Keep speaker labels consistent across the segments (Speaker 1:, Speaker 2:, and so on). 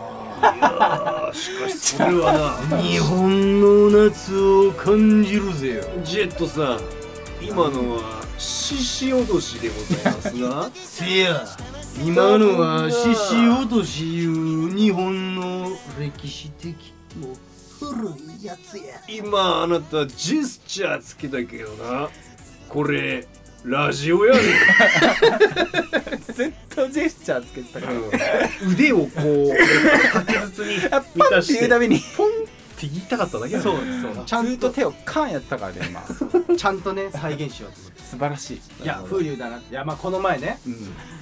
Speaker 1: やーしかしそれはな日本の夏を感じるぜよ
Speaker 2: ジェットさん今のは獅子落としでございますな
Speaker 1: せや今のは獅子落としいう日本の歴史的もう古いやつや
Speaker 2: 今あなたジェスチャーつけたけどなこれラジオやね
Speaker 3: ずっとジェスチャーつけてたから、
Speaker 2: うん腕をこう確実に
Speaker 3: あ
Speaker 2: 満
Speaker 3: パン
Speaker 2: た
Speaker 3: っ
Speaker 2: してて
Speaker 3: 言うために
Speaker 2: ポンって言いたかっただけだ
Speaker 1: そうちゃ
Speaker 3: ず
Speaker 1: ん
Speaker 3: っと
Speaker 1: と
Speaker 3: 手をカンやってたからね今素
Speaker 1: ちゃんとね再現しようと思って
Speaker 3: 晴らしい
Speaker 1: いや風流だないやまあこの前ね
Speaker 3: うん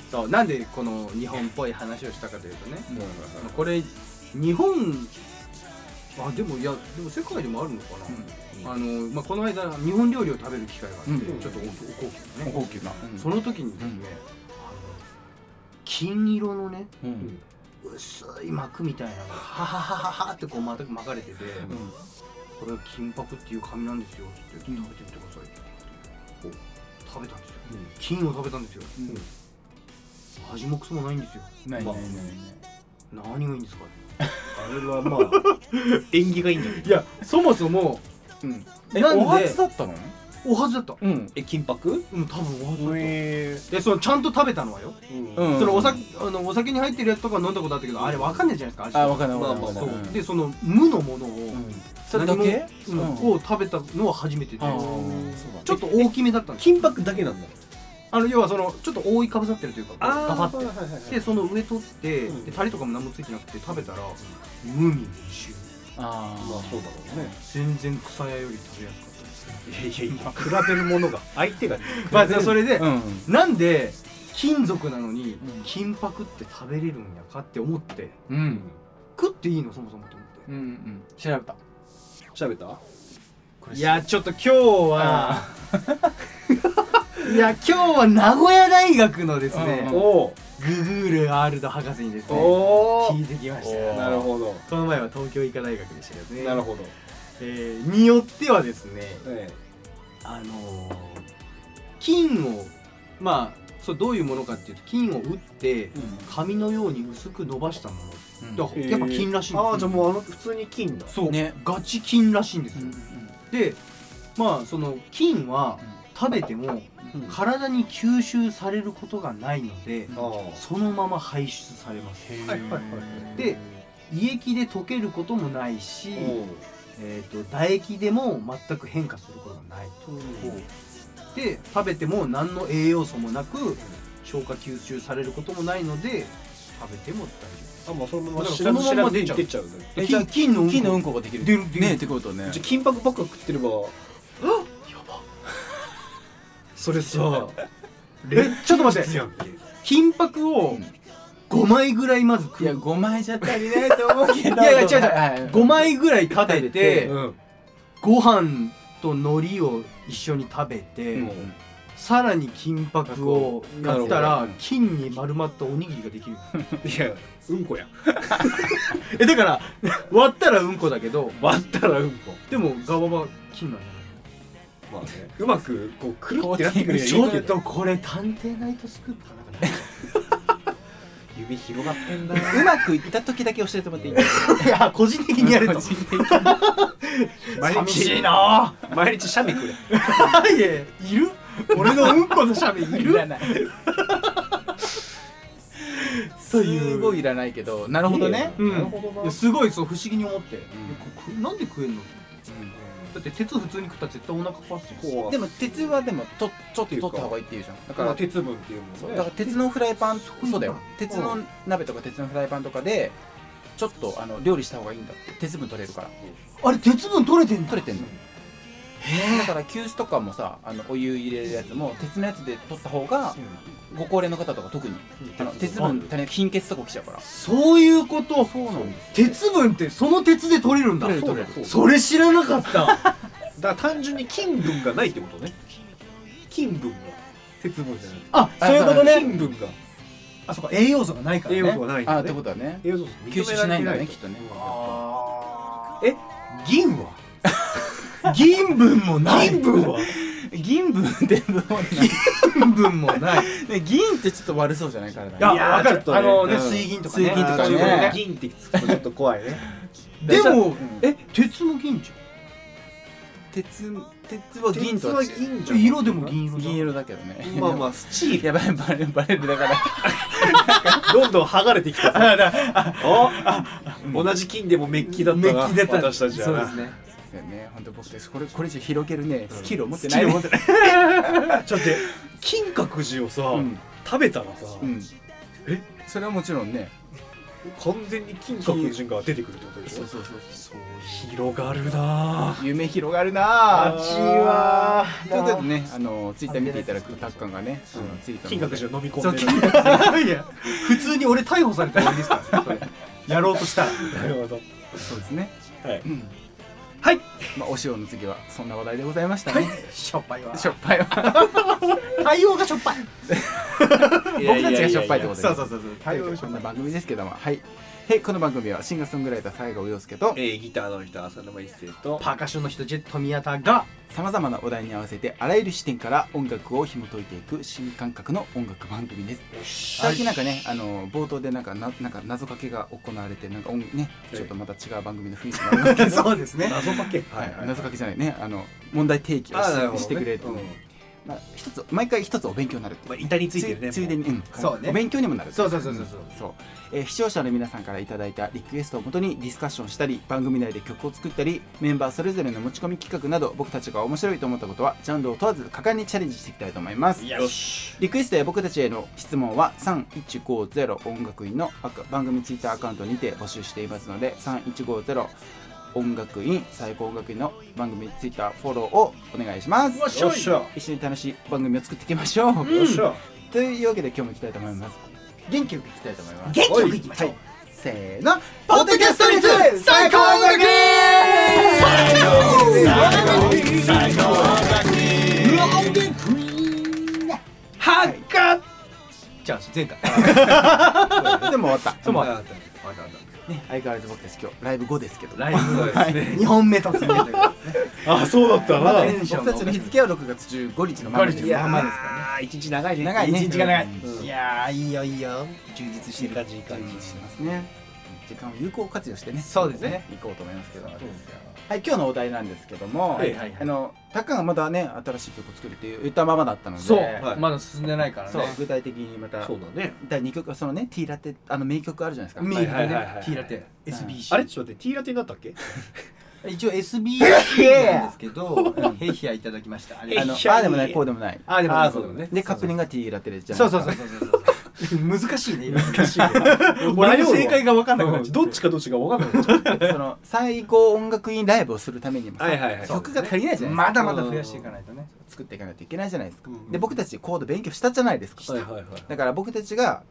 Speaker 1: そうなんでこの日本っぽい話をしたかというとね
Speaker 3: うん
Speaker 1: これ日本あでもいやでも世界でもあるのかな、あのまあ、この間日本料理を食べる機会があって、
Speaker 3: うん
Speaker 1: ちょっとおお高級な
Speaker 3: お
Speaker 1: ね、
Speaker 3: 高級な、
Speaker 1: その時にですね、
Speaker 3: う
Speaker 1: あ
Speaker 3: ん
Speaker 1: の金色のね
Speaker 3: うん
Speaker 1: 薄い膜みたいなのがハハハハハってこうまた巻かれてて、これは金箔っていう紙なんですよって言って食べてみてくださいって言って食べたんですよ金を食べたんですよ
Speaker 3: うん
Speaker 1: 味もクソもないんですよ
Speaker 3: ない
Speaker 1: ま
Speaker 3: な
Speaker 1: あ
Speaker 3: いない
Speaker 1: 何がいいんですか
Speaker 2: あれはまあ縁起がいいんだけど
Speaker 1: いやそもそも
Speaker 3: うん
Speaker 1: え
Speaker 3: え
Speaker 1: なんで
Speaker 3: お初だったの
Speaker 1: おはずだった
Speaker 3: うん
Speaker 2: え金箔
Speaker 1: うん多分おはずだった
Speaker 3: え
Speaker 1: でそのちゃんと食べたのはよ、
Speaker 2: う
Speaker 3: うん
Speaker 1: そのお酒あのお酒に入ってるやつとか飲んだことあったけど、あれわかんないじゃないですか
Speaker 3: あ
Speaker 1: 味
Speaker 3: わかんないわかんない
Speaker 2: まあまあ
Speaker 1: そう、
Speaker 2: まあ
Speaker 3: うん
Speaker 1: でその無のものを、
Speaker 3: それだけ
Speaker 1: 何もうん
Speaker 3: うん
Speaker 1: を食べたのは初めてで
Speaker 3: あー
Speaker 2: そうだね
Speaker 1: ちょっと大きめだったんです
Speaker 2: 金箔だけなんだ
Speaker 1: あの要はそのちょっと覆いかぶさってるというかガバ
Speaker 2: あ
Speaker 1: ッ
Speaker 2: あ
Speaker 1: てでその上取って、
Speaker 2: うん
Speaker 1: でタレとかも何もついてなくて食べたら無味一臭
Speaker 3: あ
Speaker 2: まあそうだろうね
Speaker 1: 全然草屋より食べやすかったです
Speaker 2: いやいやいや比べるものが相手が
Speaker 1: まあじゃあそれ で、
Speaker 3: あうん
Speaker 1: なんで金属なのに
Speaker 3: うん
Speaker 1: 金箔って食べれるんやかって思って
Speaker 3: うん
Speaker 1: 食っていいのそもそもと思って
Speaker 3: うんうん調べた
Speaker 2: 喋った
Speaker 3: こ
Speaker 1: いやちょっと今日はいや今日は名古屋大学のです
Speaker 3: う
Speaker 1: ね
Speaker 3: んうん
Speaker 2: お
Speaker 1: ググールアールド博士にです
Speaker 2: お
Speaker 1: ね
Speaker 2: お
Speaker 1: 聞いてきまし
Speaker 3: お
Speaker 1: た
Speaker 3: ー
Speaker 2: なるほど
Speaker 1: この前は東京医科大学でしたけどね
Speaker 2: なるほど
Speaker 1: えーによってはですね
Speaker 2: え
Speaker 1: あのー金をまあそれどういうものかっていうと金を打って紙のように薄く伸ばしたものだか
Speaker 2: え
Speaker 1: らやっぱ金らしいんです
Speaker 2: ああじゃあもうあの普通に金だ
Speaker 1: そう、
Speaker 3: ね
Speaker 1: ガチ金らしいんですよ、でまあその金は食べても体に吸収されることがないので
Speaker 2: ああ
Speaker 1: そのまま排出されます
Speaker 2: はいはいはい
Speaker 1: で胃液で溶けることもないし、えー、と唾液でも全く変化することがないで食べても何の栄養素もなく消化吸収されることもないので食べても
Speaker 2: あもうそのま
Speaker 1: ま
Speaker 2: ま
Speaker 1: 知
Speaker 2: 知
Speaker 1: ら
Speaker 2: ら
Speaker 1: ず
Speaker 2: ず
Speaker 1: 知
Speaker 2: 知
Speaker 1: ら
Speaker 2: ら
Speaker 1: ず
Speaker 2: ず
Speaker 1: に
Speaker 2: に
Speaker 1: 出
Speaker 2: 出
Speaker 1: ち
Speaker 2: ちゃうね
Speaker 1: 大
Speaker 3: え
Speaker 1: 丈
Speaker 3: じゃ
Speaker 1: 夫
Speaker 3: あ
Speaker 1: 金金のうんこ
Speaker 3: 金のうんこができる
Speaker 1: 出る出る
Speaker 3: ねってことね
Speaker 2: じゃあ金箔ばっか食ってれば
Speaker 1: それさ えちょっと待って金箔を5枚ぐらいまず
Speaker 3: い
Speaker 1: 食
Speaker 3: や
Speaker 1: う
Speaker 3: 5枚じゃ足りないと思うけど
Speaker 1: いやいや違う違う
Speaker 3: はいはい
Speaker 1: 5枚ぐらい食べ
Speaker 3: 食べ
Speaker 1: て、
Speaker 3: て
Speaker 2: うん
Speaker 1: ご飯と海苔を一緒に食べて、
Speaker 3: うん
Speaker 1: さらに金箔を
Speaker 2: なる
Speaker 1: 買っ
Speaker 2: ほど
Speaker 1: たら金に丸まったおにぎりができる
Speaker 2: いやうんこや
Speaker 1: えだから割ったらうんこだけど
Speaker 2: 割ったらうんこ
Speaker 1: でも側は金なんじゃ
Speaker 2: まあ
Speaker 1: ない
Speaker 2: ねうまくこうくるってやってくれりゃい
Speaker 1: ち
Speaker 2: い
Speaker 1: ょ
Speaker 2: け
Speaker 1: っ
Speaker 2: ど
Speaker 1: とこれ探偵ナイトスクープかなか
Speaker 2: 指広がってんだ
Speaker 3: うまくいった時だけ教えてもらっていい
Speaker 1: な い や個人的にやると
Speaker 3: 個人的に
Speaker 1: 寂しいな
Speaker 2: 毎日シャミくれ
Speaker 1: ぁ いやいる俺のうんこのしゃべい
Speaker 3: いら
Speaker 1: る
Speaker 3: ない
Speaker 1: という
Speaker 3: すごいいらないけどなるほどね
Speaker 1: うん
Speaker 2: なるほど
Speaker 1: いや
Speaker 2: な
Speaker 1: すごいそう不思議に思って、いやここなんで食えんのだって鉄普通に食ったら絶対お腹壊すよ
Speaker 2: こう
Speaker 3: でも鉄はでもとちょっと取った方がいいっていうじゃんだ
Speaker 2: だ
Speaker 3: か
Speaker 2: から
Speaker 3: ら
Speaker 2: 鉄分っていうも
Speaker 3: そう
Speaker 2: の
Speaker 3: だから
Speaker 2: ね
Speaker 3: 鉄のフライパン
Speaker 1: そう
Speaker 3: そ
Speaker 1: いうの
Speaker 3: うだよ鉄の鍋とか鉄のフライパンとかでちょっとあの料理した方がいいんだって鉄分取れるから
Speaker 1: あれ鉄分取れてんの
Speaker 3: 取れてんのだから急須とかもさあのお湯入れるやつも鉄のやつで取った方がご高齢の方とか特にあの鉄分足りない貧血とか起きちゃうから
Speaker 1: そういうこと
Speaker 3: そうなんです
Speaker 1: 鉄分ってその鉄で取れるんだ
Speaker 3: 取れる取れ
Speaker 2: そう
Speaker 3: る
Speaker 2: だ
Speaker 1: それ知らなかった
Speaker 2: だから単純に金分がないってことね金分が鉄分じゃない
Speaker 1: あ
Speaker 3: そういうことね
Speaker 2: 金分が
Speaker 1: あそっか栄養素がないから
Speaker 2: 栄
Speaker 1: ね
Speaker 2: 養素がないんだ
Speaker 3: あ
Speaker 2: ね
Speaker 3: ってことはね
Speaker 2: 栄養素
Speaker 3: 吸収しないんだねきっ
Speaker 2: と
Speaker 3: とね
Speaker 1: あ
Speaker 2: え銀は
Speaker 1: ー銀分もない
Speaker 2: 銀分は
Speaker 3: 銀分ってどうなの
Speaker 1: 塩分もない
Speaker 3: ね 銀ってちょっと悪そうじゃない体に
Speaker 2: いやわかる
Speaker 1: ちょっとあのね
Speaker 2: うん
Speaker 1: 水銀とかね
Speaker 3: 水銀とか
Speaker 1: あ
Speaker 3: ね
Speaker 1: ーそういうことね
Speaker 2: 銀ってつくとちょっと怖いね
Speaker 1: でも
Speaker 3: ん
Speaker 1: え鉄も銀じ
Speaker 3: 鉄鉄は銀とは違
Speaker 2: 鉄は銀
Speaker 1: ゃ
Speaker 2: じゃ
Speaker 1: ん
Speaker 2: ん
Speaker 1: 色でも銀色
Speaker 3: 銀
Speaker 1: だ
Speaker 3: 色だけどね
Speaker 2: まあまあスチー
Speaker 3: やばいバレるバレるだから
Speaker 2: ルどんどん剥がれてきたさお同じ金でもメッキだったな
Speaker 1: メッキだった
Speaker 2: 私たち
Speaker 1: そうで
Speaker 2: は
Speaker 1: すね
Speaker 3: ですよね本当僕たちこれこれ以上広げるねスキルを持って
Speaker 2: ス
Speaker 3: な
Speaker 2: チール
Speaker 3: いね
Speaker 2: 持ってないちょっと待って金閣寺をさ
Speaker 3: うん
Speaker 2: 食べたらさ
Speaker 3: うん
Speaker 2: え
Speaker 3: それはもちろんね
Speaker 2: 完全に金閣寺が出てくるってことでしょ
Speaker 3: そうそうそ
Speaker 2: 広がるなぁ
Speaker 3: 夢広がるな
Speaker 2: 味
Speaker 1: は
Speaker 3: ということでねあのツイッター見ていただくとタッカンがねあのツイートの
Speaker 2: 金閣寺を飲み込
Speaker 3: そうん
Speaker 2: で
Speaker 3: 金
Speaker 2: る
Speaker 1: いや普通に俺逮捕されたらいいですからそれ やろうとしたら
Speaker 2: なるほど
Speaker 3: そうですね
Speaker 2: はい
Speaker 3: うん
Speaker 2: はい
Speaker 3: まあお塩の次はそんな話題でございましたね
Speaker 1: しょっぱいわ
Speaker 3: しょっぱいは
Speaker 1: 対応がしょっぱい
Speaker 3: 僕たちがしょっぱいってことです
Speaker 1: そうそうそうそう対応がし
Speaker 3: こ
Speaker 1: ょっ
Speaker 3: ん
Speaker 1: ぱ
Speaker 3: ない番組ですけどもはいはいこの番組はシンガーソングライター西郷陽介と
Speaker 2: えーギターの人浅沼一生と
Speaker 1: パーカッションの人ジェット宮田が
Speaker 3: さまざまなお題に合わせてあらゆる視点から音楽を紐解いていく新感覚の音楽番組です最近なんかねあの冒頭でなんかななんか謎かけが行われてなんか音ね
Speaker 2: ええ
Speaker 3: ちょっとまた違う番組の雰囲気があ りますけ ど
Speaker 1: そうですね
Speaker 2: 謎かけ
Speaker 3: はい謎かけじゃないねあの問題提起を
Speaker 2: あーなるほど
Speaker 3: し
Speaker 2: ね
Speaker 3: してくれる
Speaker 2: うん
Speaker 3: まあ一つ毎回一つお勉強になるっていう
Speaker 2: まあ板についてるね
Speaker 3: つついでにうん
Speaker 1: そうね
Speaker 3: お勉強にもなる
Speaker 1: そうそうそうそうそうん
Speaker 3: そうえー視聴者の皆さんからいただいたリクエストをもとにディスカッションしたり番組内で曲を作ったりメンバーそれぞれの持ち込み企画など僕たちが面白いと思ったことはジャンルを問わず果敢にチャレンジしていきたいと思います
Speaker 2: よし
Speaker 3: リクエストや僕たちへの質問は3150音楽院のアカ番組ツイッターアカウントにて募集していますので3150音楽院最高音楽院の番組ツイッターフォローをお願いします
Speaker 2: よっしゃ
Speaker 3: 一緒に楽しい番組を作っていきましょう、
Speaker 1: ん
Speaker 2: よっしゃ
Speaker 3: というわけで今日も行きたいと思います元気よく行きたいと思います
Speaker 1: 元気よくいきましょう
Speaker 3: はいせーのポッドキャストについて最高音楽
Speaker 2: はっかっ
Speaker 1: じゃあ前回
Speaker 3: でも終わった
Speaker 1: そうも
Speaker 2: あ
Speaker 3: ね相変わらず僕たち今日ライブ後ですけど
Speaker 1: ライブ
Speaker 2: そうですね
Speaker 1: 2本目突入ということで
Speaker 2: あそうだった
Speaker 1: ま
Speaker 2: な
Speaker 1: だ
Speaker 2: い
Speaker 1: ね
Speaker 3: 僕たちの日付は6月15日のままです
Speaker 1: いやー
Speaker 3: まんまですからね
Speaker 2: ー一日長いね
Speaker 3: 長いね
Speaker 2: 一日が長いうん
Speaker 1: いやーいいよいいよ充実して
Speaker 2: いい
Speaker 1: る
Speaker 2: 感じいい感
Speaker 3: 充
Speaker 2: じ
Speaker 3: 実してますね時間を有効活用してね
Speaker 1: そうですね
Speaker 3: 行こうと思いますけどはい今日のお題なんですけども、
Speaker 2: はい
Speaker 1: はいはい
Speaker 3: あのタッカンがまだね新しい曲を作るって言ったままだったので
Speaker 1: そう、
Speaker 2: はい
Speaker 1: まだ進んでないから
Speaker 3: そう
Speaker 1: ね
Speaker 3: 具体的にまた
Speaker 2: そうだね
Speaker 3: 第2曲そのね「ティーラテ」あの名曲あるじゃないですか
Speaker 1: ミ
Speaker 2: は
Speaker 1: ー
Speaker 2: いはいはい
Speaker 1: ね
Speaker 2: はい
Speaker 1: T ラテ
Speaker 3: うん
Speaker 1: SBC
Speaker 2: あれちょっと待って T ラテになったっけ
Speaker 1: 一応 SBC なんですけ ど
Speaker 3: うん
Speaker 1: ヘイヒアいただきましたあれ
Speaker 2: え
Speaker 3: あの
Speaker 2: い
Speaker 3: あ
Speaker 2: やいや
Speaker 3: あでもないこうでもない
Speaker 1: あーでも
Speaker 2: あーそうだね
Speaker 3: でカップリングがティーラテでじゃな
Speaker 1: そ
Speaker 3: いうです
Speaker 1: そ
Speaker 3: か
Speaker 1: うそうそうそう難しいね今
Speaker 2: 難しいよ
Speaker 1: 俺の正解
Speaker 2: が分かん
Speaker 1: なくなっちゃって
Speaker 2: どっちかどっちか分かんなくなっちゃっ
Speaker 3: その最高音楽院ライブをするためにもさ
Speaker 2: はいはいはい
Speaker 3: 曲が足りないじゃないですか、
Speaker 1: まだまだ増やしていかないとね
Speaker 3: 作っていかないといけないじゃないですか、
Speaker 2: うん
Speaker 3: で僕たちコード勉強したじゃないですか、
Speaker 2: たはいはいはい
Speaker 3: だから僕たちが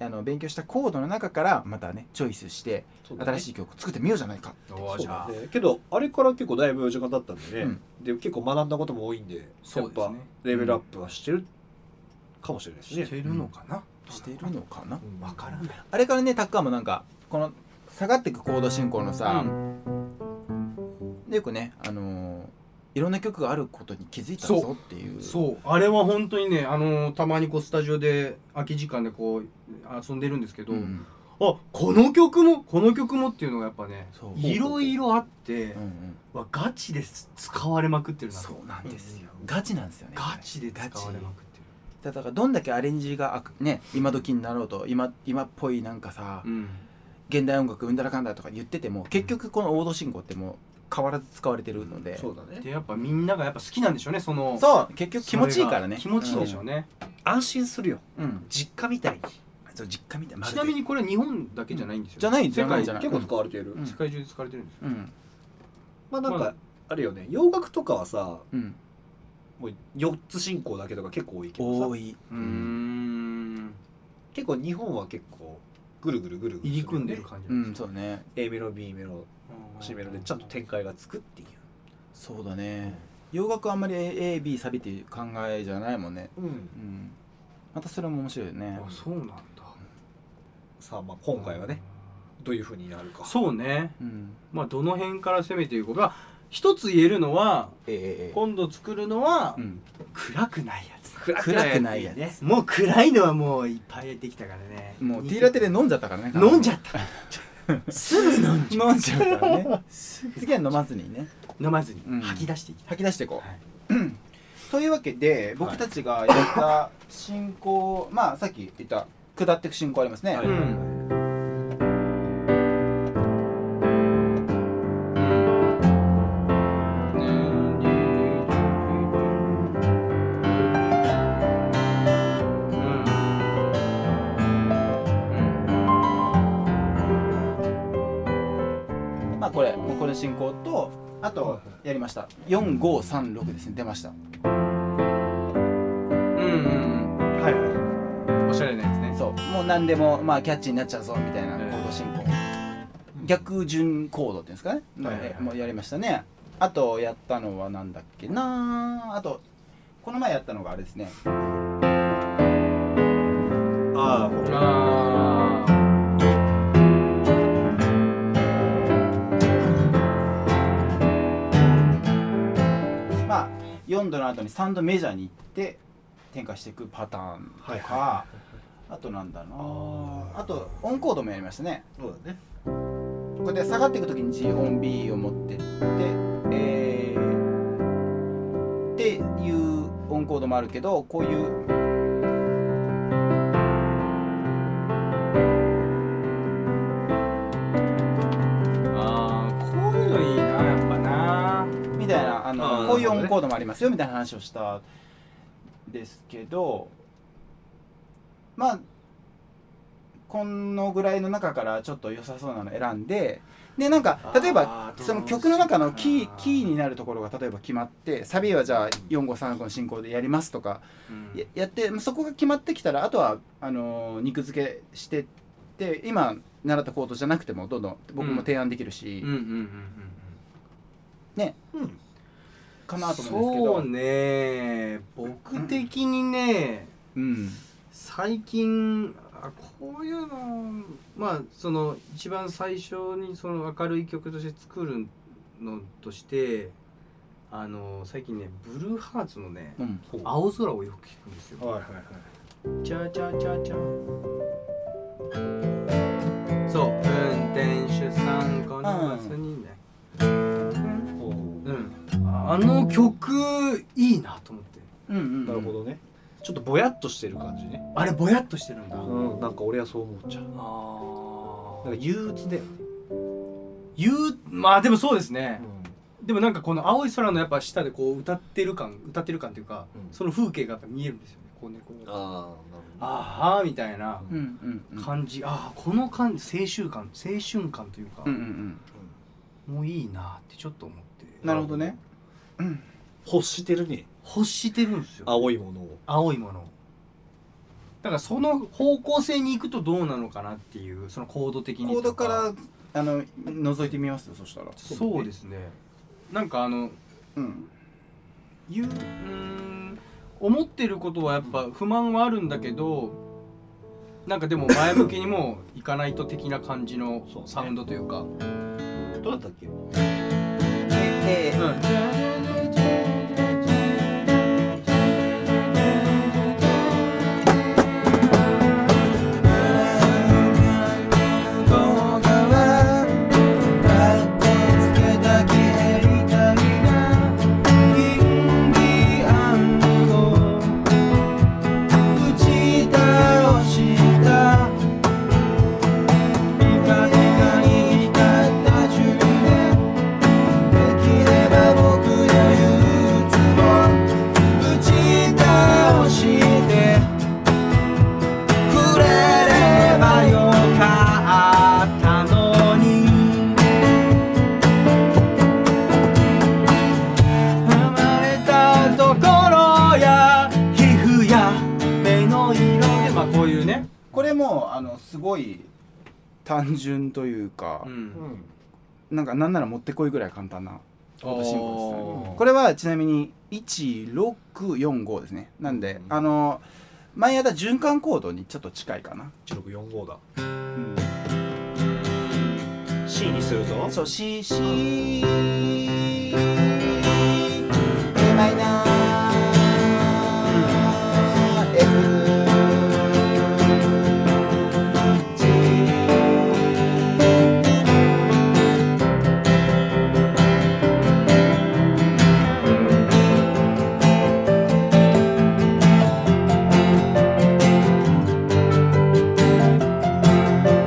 Speaker 3: あの勉強したコードの中からまたねチョイスして
Speaker 2: そうだね
Speaker 3: 新しい曲を作ってみようじゃないか
Speaker 1: お
Speaker 2: そうだねけどあれから結構だいぶ時間経ったんでね、で結構学んだことも多いんで
Speaker 1: そうですね
Speaker 2: やっぱレベルアップはしてるかもしれないですね、
Speaker 1: るのかな
Speaker 3: してるのかな、
Speaker 2: うん
Speaker 1: わからない
Speaker 3: あれからねタッカーもなんかこの下がっていくコード進行のさ、でよくねあのーいろんな曲があることに気づいた
Speaker 1: そ
Speaker 3: ぞっていう
Speaker 1: そうあれは本当にねあのーたまにこうスタジオで空き時間でこう遊んでるんですけど、
Speaker 3: うん
Speaker 1: あこの曲もこの曲もっていうのがやっぱね
Speaker 3: そう
Speaker 1: いろいろあって
Speaker 3: うんうん
Speaker 1: わガチです使われまくってるなと
Speaker 3: そうなんですよガチなんですよね
Speaker 1: ガチで使われまくって
Speaker 3: だからどんだけアレンジがあくね今時になろうと今今っぽいなんかさ、
Speaker 1: る、うん、
Speaker 3: 現代音楽うんだらかんだとか言ってても結局このオード進行ってもう変わらず使われてるので、
Speaker 2: そうだね
Speaker 1: でやっぱみんながやっぱ好きなんでしょうねその
Speaker 3: そう結局気持ちいいからね
Speaker 1: それが気持ちいいんでしょうね、
Speaker 2: 安心するよ
Speaker 3: うん、うん
Speaker 2: 実家みたいに
Speaker 3: そう実家みたい
Speaker 1: ちなみ
Speaker 3: に
Speaker 1: にこれは日本だけじゃないんですよ、
Speaker 3: じゃないじ
Speaker 1: 世
Speaker 3: ゃない
Speaker 1: 界
Speaker 3: じゃない
Speaker 2: 結構使われている、
Speaker 3: うん
Speaker 1: 世界中で使われてるんですよ、
Speaker 3: うん
Speaker 2: まあなんか、
Speaker 1: まあ
Speaker 2: あるよね洋楽とかはさ
Speaker 3: うん
Speaker 2: もう4つ進行だけとか結構多いけど
Speaker 3: 多
Speaker 2: さ
Speaker 3: い、
Speaker 1: うーん
Speaker 2: 結構日本は結構ぐるぐるぐるぐる
Speaker 1: 入り組んでる
Speaker 2: る
Speaker 1: 感じ
Speaker 3: う
Speaker 1: なん
Speaker 3: ん
Speaker 1: です
Speaker 3: そ
Speaker 1: よ
Speaker 3: うね
Speaker 2: A メロ B メロ
Speaker 1: うん
Speaker 2: C メロでちゃんと展開がつくっていう
Speaker 3: そうだね洋楽はあんまり AB サビっていう考えじゃないもんね
Speaker 2: うん
Speaker 3: うんまたそれも面白いよね
Speaker 1: あそうなんだ
Speaker 2: さあまあ今回はねどういうふうになるか
Speaker 1: そうね
Speaker 3: うん
Speaker 1: まあどの辺から攻めていこうか一つ言えるのは
Speaker 3: ええ
Speaker 1: 今度作るのは
Speaker 3: うん、
Speaker 1: 暗くないやつ
Speaker 2: 暗
Speaker 3: 暗くないいやつ、
Speaker 1: ねもう暗いのはもういっぱいできたからね
Speaker 3: もうティーラテで飲んじゃったから ね
Speaker 1: 飲んじ
Speaker 3: ゃ
Speaker 1: ゃった すぐ飲んじゃ
Speaker 3: 飲んじゃうからね次は飲まずにね
Speaker 1: う飲まずに
Speaker 3: うん
Speaker 1: 吐き出していきたい、
Speaker 3: 吐き出していこう、
Speaker 1: はい
Speaker 3: というわけで僕たちがやった進行、まあさっき言った下っていく進行ありますね、
Speaker 2: はい
Speaker 1: うん
Speaker 3: まあこれもうこの進行とあとやりました4536ですね出ました
Speaker 1: うんうんうんはいはい
Speaker 2: おしゃれなやつね
Speaker 3: そうもう何でもまあキャッチになっちゃうぞみたいなコード進行、逆順コードっていうんですかね、
Speaker 1: はいはいはい
Speaker 3: もうやりましたねあとやったのはなんだっけなあとこの前やったのがあれですね
Speaker 2: ああもう
Speaker 1: ああ
Speaker 3: まあ4度の後に3度メジャーに行って展開していくパターンとか、
Speaker 2: はいはい
Speaker 3: あとなんだろう
Speaker 2: あ
Speaker 3: なあとオンコードもやりましたね
Speaker 2: そうだね
Speaker 3: これで下がっていくときに G オン B を持ってって、えー、っていうオンコードもあるけどこういう
Speaker 1: あーこういうのいいなやっぱな
Speaker 3: みたいなあ
Speaker 2: あ
Speaker 3: の
Speaker 2: ー
Speaker 3: こういうオ
Speaker 2: な
Speaker 3: ン
Speaker 2: るほどね
Speaker 3: コードもありますよみたいな話をしたんですけどまあこのぐらいの中からちょっと良さそうなの選んででなんか例えば
Speaker 1: ば
Speaker 3: その曲の中のキーキー
Speaker 1: に、
Speaker 3: になるところが例えば決まってサビはじゃあ4535の進行でやりますとか
Speaker 1: うん
Speaker 3: ややってそこが決まってきたらあとはあのー肉付けしてって今習ったコードじゃなくてもどんどん僕も提案できるし、
Speaker 1: うんうんうんうん
Speaker 2: うん
Speaker 3: かなと思うんですけど
Speaker 1: そうね僕的にね、
Speaker 3: うん
Speaker 1: 最近あこういうのまあその一番最初にその明るい曲として作るのとしてあの最近ねブルーハーツのね
Speaker 3: うん
Speaker 1: 「青空」をよく聞くんですよ。
Speaker 2: はいはいはい
Speaker 1: チャチャチャチャそう運転手さんこのバスにね、うん、あの曲いいなと思って
Speaker 3: うんうん
Speaker 2: なるほどねちょっとぼやっとしてる感じね
Speaker 1: あれぼやっとしてるんだ、あ
Speaker 2: うんなんか俺はそう思っちゃう
Speaker 1: あ
Speaker 2: なんか憂鬱だよね
Speaker 1: 言うまあでもそうですね、でもなんかこの青い空のやっぱ下でこう歌ってる感歌ってる感というか、
Speaker 2: うん
Speaker 1: その風景がやっぱ見えるんですよねこうねこう
Speaker 2: ああなるほ
Speaker 1: ああみたいな
Speaker 3: うんうんうん
Speaker 1: 感じ、ああこの感じ青春感青春感というか、
Speaker 3: うんうんうん
Speaker 2: ど
Speaker 1: もういいなってちょっと思って
Speaker 3: なるほどね
Speaker 2: 欲してるね
Speaker 1: 欲してるんですよ
Speaker 2: 青いものを
Speaker 1: 青いものをだからその方向性に行くとどうなのかなっていうそのコード的に
Speaker 3: コード
Speaker 1: と
Speaker 3: からあの覗いてみますそしたら
Speaker 1: そうですねなんかあの
Speaker 3: うん
Speaker 1: 言ううーん思ってることはやっぱ不満はあるんだけどなんかでも前向きにもういかないと的な感じの
Speaker 2: そうね
Speaker 1: サウンドというか
Speaker 2: どうだったっけ
Speaker 3: で、
Speaker 1: うん生まれたところや皮膚や目の色でまあこういうね、
Speaker 3: これもあのすごい単純というか、
Speaker 1: ん、
Speaker 2: ん
Speaker 3: なんかなんなら持ってこいぐらい簡単なコード進行ですね
Speaker 1: おー
Speaker 3: これはちなみに1645ですねなんで、
Speaker 2: うん
Speaker 3: あの前やった循環コードにちょっと近いかな、
Speaker 2: 1645だ
Speaker 3: うん
Speaker 2: し C にするぞ
Speaker 3: そう C C 手前な F G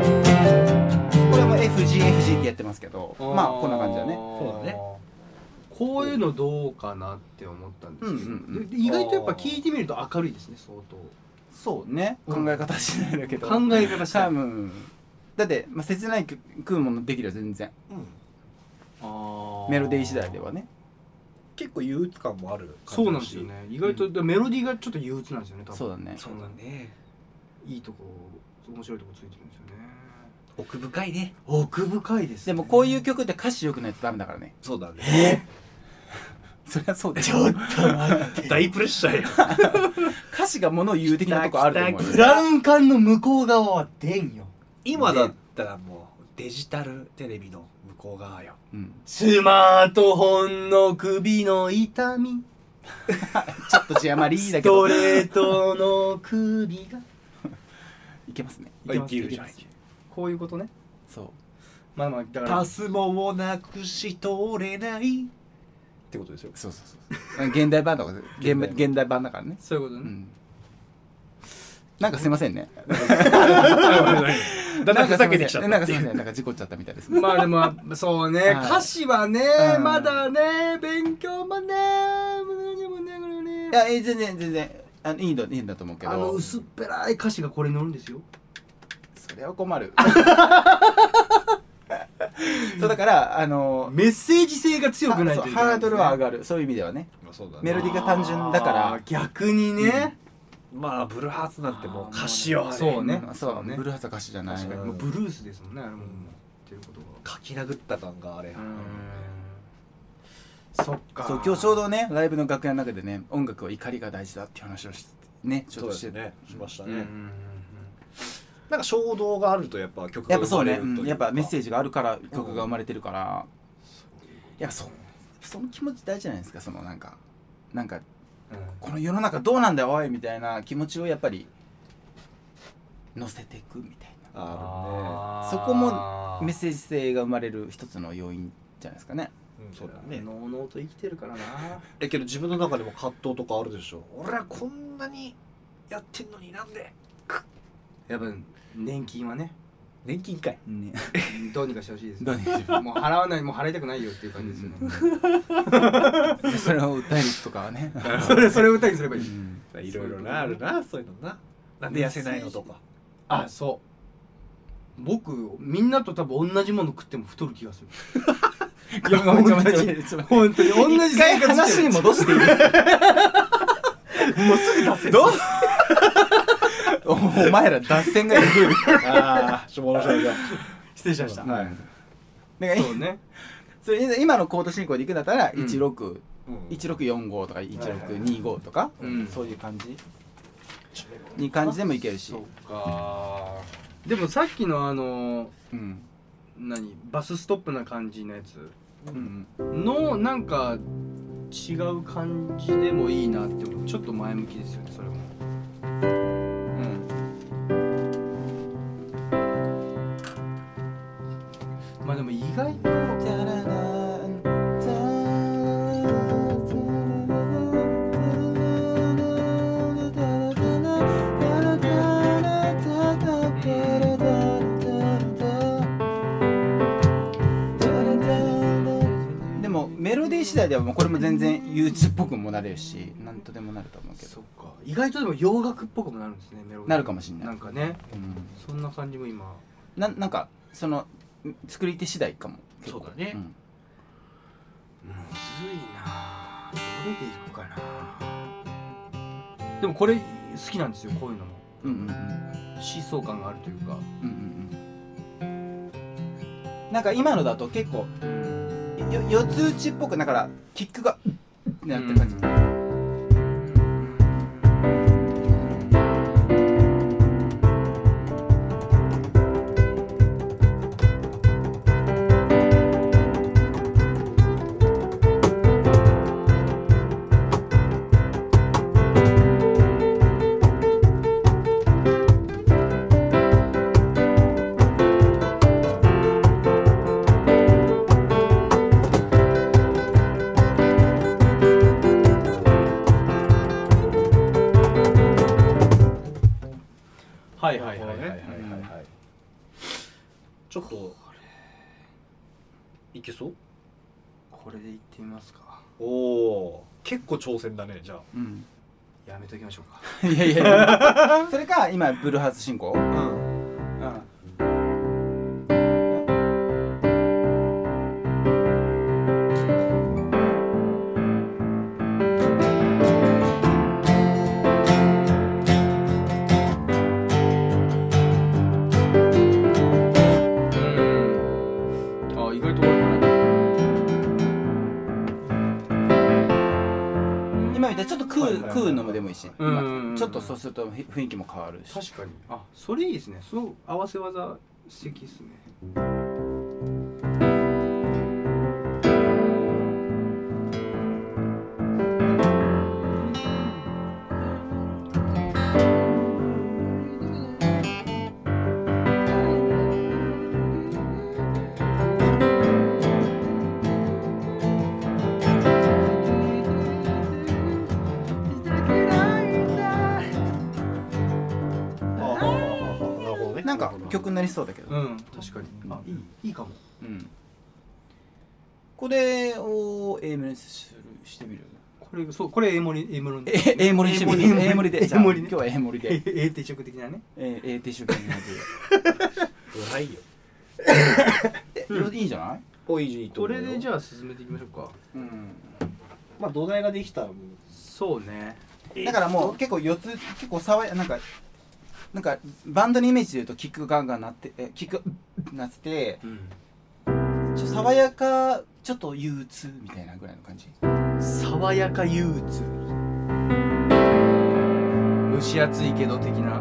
Speaker 3: これも FGFG ってやってますけどまあこんな感じだね
Speaker 1: そうだねこういうのどうかなって思ったんですけど、
Speaker 3: うんうんうん
Speaker 1: でで意外とやっぱ聞いてみると明るいですね相当
Speaker 3: そうね考
Speaker 1: うん
Speaker 3: え方次第だけど
Speaker 1: 考え方した
Speaker 3: 多
Speaker 1: い
Speaker 3: 分だって、まあ、切ないく食うものできるよ全然メロディー次第ではね
Speaker 4: 結構憂鬱感もある
Speaker 1: そうなんですよね意外とでメロディーがちょっと憂鬱なんですよね多分
Speaker 3: そうだね
Speaker 4: そうだね
Speaker 1: いいとこ面白いとこついてるんですよね
Speaker 4: 奥深いね
Speaker 1: 奥深いです、
Speaker 3: でもこういう曲って歌詞良くないとダメだからね
Speaker 4: そうだね
Speaker 3: そりゃそうだよ
Speaker 2: 大プレッシャーや
Speaker 3: 歌詞が物を言う的なとこあると思う
Speaker 1: ブ
Speaker 3: よ
Speaker 1: ラウン管の向こう側は出んよ
Speaker 4: 今だったらもうデジタルテレビの向こう側よ
Speaker 3: うん
Speaker 1: スマートフォンの首の痛み
Speaker 3: ちょっと字余り
Speaker 1: ス
Speaker 3: だけど
Speaker 1: ト
Speaker 3: い
Speaker 1: レートの首が
Speaker 3: けますね
Speaker 1: いけます
Speaker 2: いけるじゃん
Speaker 1: いけますこういうことね
Speaker 3: そう
Speaker 1: まあまあだから
Speaker 4: パスもをなくし通れないってことですよ
Speaker 3: そうそうそう現代版とか現代現代版だからね
Speaker 1: そういうこと
Speaker 3: う
Speaker 1: ね、
Speaker 3: んなんかすいませんね
Speaker 2: だんだんふざけてきちゃった
Speaker 3: なんかすいませんなんか事故っちゃったみたいですね
Speaker 1: まあでもやっぱそうね、
Speaker 3: はい
Speaker 1: 歌詞はね、
Speaker 3: うん
Speaker 1: まだね勉強もね何もねこれね
Speaker 3: いやえー全然全然あのいいんだいいんだと思うけど
Speaker 1: あの薄っぺらい歌詞がこれに乗るんですよ
Speaker 3: それは困るそうだからあの
Speaker 1: メッセージ性が強くないと
Speaker 3: そう
Speaker 1: いけない
Speaker 3: ハードルは上
Speaker 1: が
Speaker 3: がるそういう意味ではね
Speaker 4: まあそうだ
Speaker 3: メロディーが単純だから
Speaker 1: 逆にね、
Speaker 4: まあブルーハーツなんてもう歌詞
Speaker 1: あ
Speaker 4: よ
Speaker 1: ーそうね
Speaker 3: んそう
Speaker 1: ね
Speaker 3: ブルーハーツは歌詞じゃない
Speaker 4: 確かに
Speaker 1: もうブルースですもんねあれもう言ってること
Speaker 4: 書き殴った感があれ
Speaker 1: がそっか
Speaker 3: そう今日ちょうどねライブの楽屋の中でね音楽は怒りが大事だっていう話をしてねちょっ
Speaker 4: そうです
Speaker 3: としてて、
Speaker 4: ねしました
Speaker 1: うんうんうんう
Speaker 4: ね
Speaker 1: ん
Speaker 4: なんか衝動があるとやっぱ曲が
Speaker 3: やっぱそうね、
Speaker 4: 生まれるとい
Speaker 3: うん
Speaker 4: か
Speaker 3: やっぱメッセージがあるから曲が生まれてるから、やっぱそその気持ち大事じゃないですかそのなんかなんかこの世の中どうなんだよおいみたいな気持ちをやっぱり乗せていくみたい
Speaker 4: あ
Speaker 1: あー
Speaker 3: そこもなメッセージ性が生まれる一つの要因じゃないですかね
Speaker 4: るねうんそうだね
Speaker 1: のうのうと生きてるからな
Speaker 4: えけど自分の中でも葛藤とかあるでしょ俺はこんなにやってんのになんで
Speaker 1: やっぱ年金はね
Speaker 4: 年金かい
Speaker 3: ね
Speaker 1: どうにかしてほしいです
Speaker 3: どう
Speaker 1: ね
Speaker 3: にかし
Speaker 1: もう払わないもう払いたくないよっていう感じですよね
Speaker 3: てそれを歌えるとかはね、
Speaker 1: それそれを歌にすれば
Speaker 3: う
Speaker 1: いい
Speaker 3: ん
Speaker 4: いろいろなあるなそういうのななんで痩せないのとか
Speaker 1: あそう僕みんなと多分同じもの食っても太る気がする
Speaker 3: ごめんごめんごめんごめんごめん
Speaker 1: 本当に同じ
Speaker 3: 一回
Speaker 1: 生活
Speaker 3: 話
Speaker 1: して
Speaker 3: に
Speaker 1: る
Speaker 3: 戻していいですかもうすぐ脱線どう お前ら脱線がえぐい
Speaker 4: ああ下の人が
Speaker 1: 失礼しました
Speaker 4: はい
Speaker 3: だから
Speaker 1: そうね
Speaker 3: それ今のコード進行でいくんだったら
Speaker 1: うん
Speaker 3: 161645
Speaker 4: うん
Speaker 3: とか1625とか
Speaker 1: うん
Speaker 3: そういう感じに感じでもいけるし
Speaker 1: そ、うかでもさっきのあの
Speaker 3: うん
Speaker 1: 何バスストップな感じのやつ
Speaker 3: うん、
Speaker 1: のなんか違う感じでもいいなって思うちょっと前向きですよねそれもうんまあでも意外と
Speaker 3: でもメロディー次第ではもうこれも全然憂鬱っぽくもなれるし何とでもなると思うけど
Speaker 1: そっか意外とでも洋楽っぽくもなるんですねメロディー
Speaker 3: なるかもしんない
Speaker 1: なんかね
Speaker 3: うん
Speaker 1: そんな感じも今
Speaker 3: ななんかそのん作り手次第かも結構
Speaker 4: そうだね
Speaker 3: ん
Speaker 1: むずいなぁどれでいくかなぁでもこれ好きなんですよこういうのも
Speaker 3: うんうんうん
Speaker 1: 疾走感があるというか
Speaker 3: うんうんうんなんか今のだと結構よ四つ打ちっぽくだからキックがうんってなってる感じ、
Speaker 1: う
Speaker 2: はいはいはい
Speaker 4: ちょっといけそう
Speaker 1: これでいってみますか
Speaker 4: おお結構挑戦だねじゃあ
Speaker 3: うん、
Speaker 1: やめときましょうか
Speaker 3: いやいやいや それか今ブルーハーツ進行、うん
Speaker 4: うん
Speaker 3: あ意外と悪くない今みたいにちょっと食う,、
Speaker 4: はいはいはい
Speaker 3: 食うのもでもいいし、
Speaker 1: うんうんうん
Speaker 3: ちょっとそうするとふ雰囲気も変わるし
Speaker 1: 確かにあそれいいですねその合わせ技素敵ですね
Speaker 4: ああああああなるほどね
Speaker 3: なんか曲になりそうだけど、
Speaker 1: うん確かにあいいいいかも
Speaker 3: うんこれを A メロにするしてみる
Speaker 1: これそうこれ A 盛り A 盛り
Speaker 3: え A 盛りにしてみる A 盛りでじゃあ
Speaker 1: A 盛りね
Speaker 3: 今日は A 盛 りで
Speaker 1: A 定食的なね
Speaker 3: A A 定食になる
Speaker 4: うまいよ
Speaker 3: でえいいんじゃない
Speaker 4: おいいいと
Speaker 1: こ
Speaker 4: 思う
Speaker 1: れでじ
Speaker 4: ゃ
Speaker 1: ゃあ進めていきましょうか
Speaker 3: うん
Speaker 4: まあ土台ができたらもう
Speaker 1: そうね
Speaker 3: だからもう結構四つ結構爽やなんかなんかバンドのイメージでいうとキックガンガン鳴ってえキック鳴ってて
Speaker 1: うん
Speaker 3: ちょ爽やかちょっと憂鬱みたいなぐらいの感じ
Speaker 1: 爽やか憂鬱蒸し暑いけど的な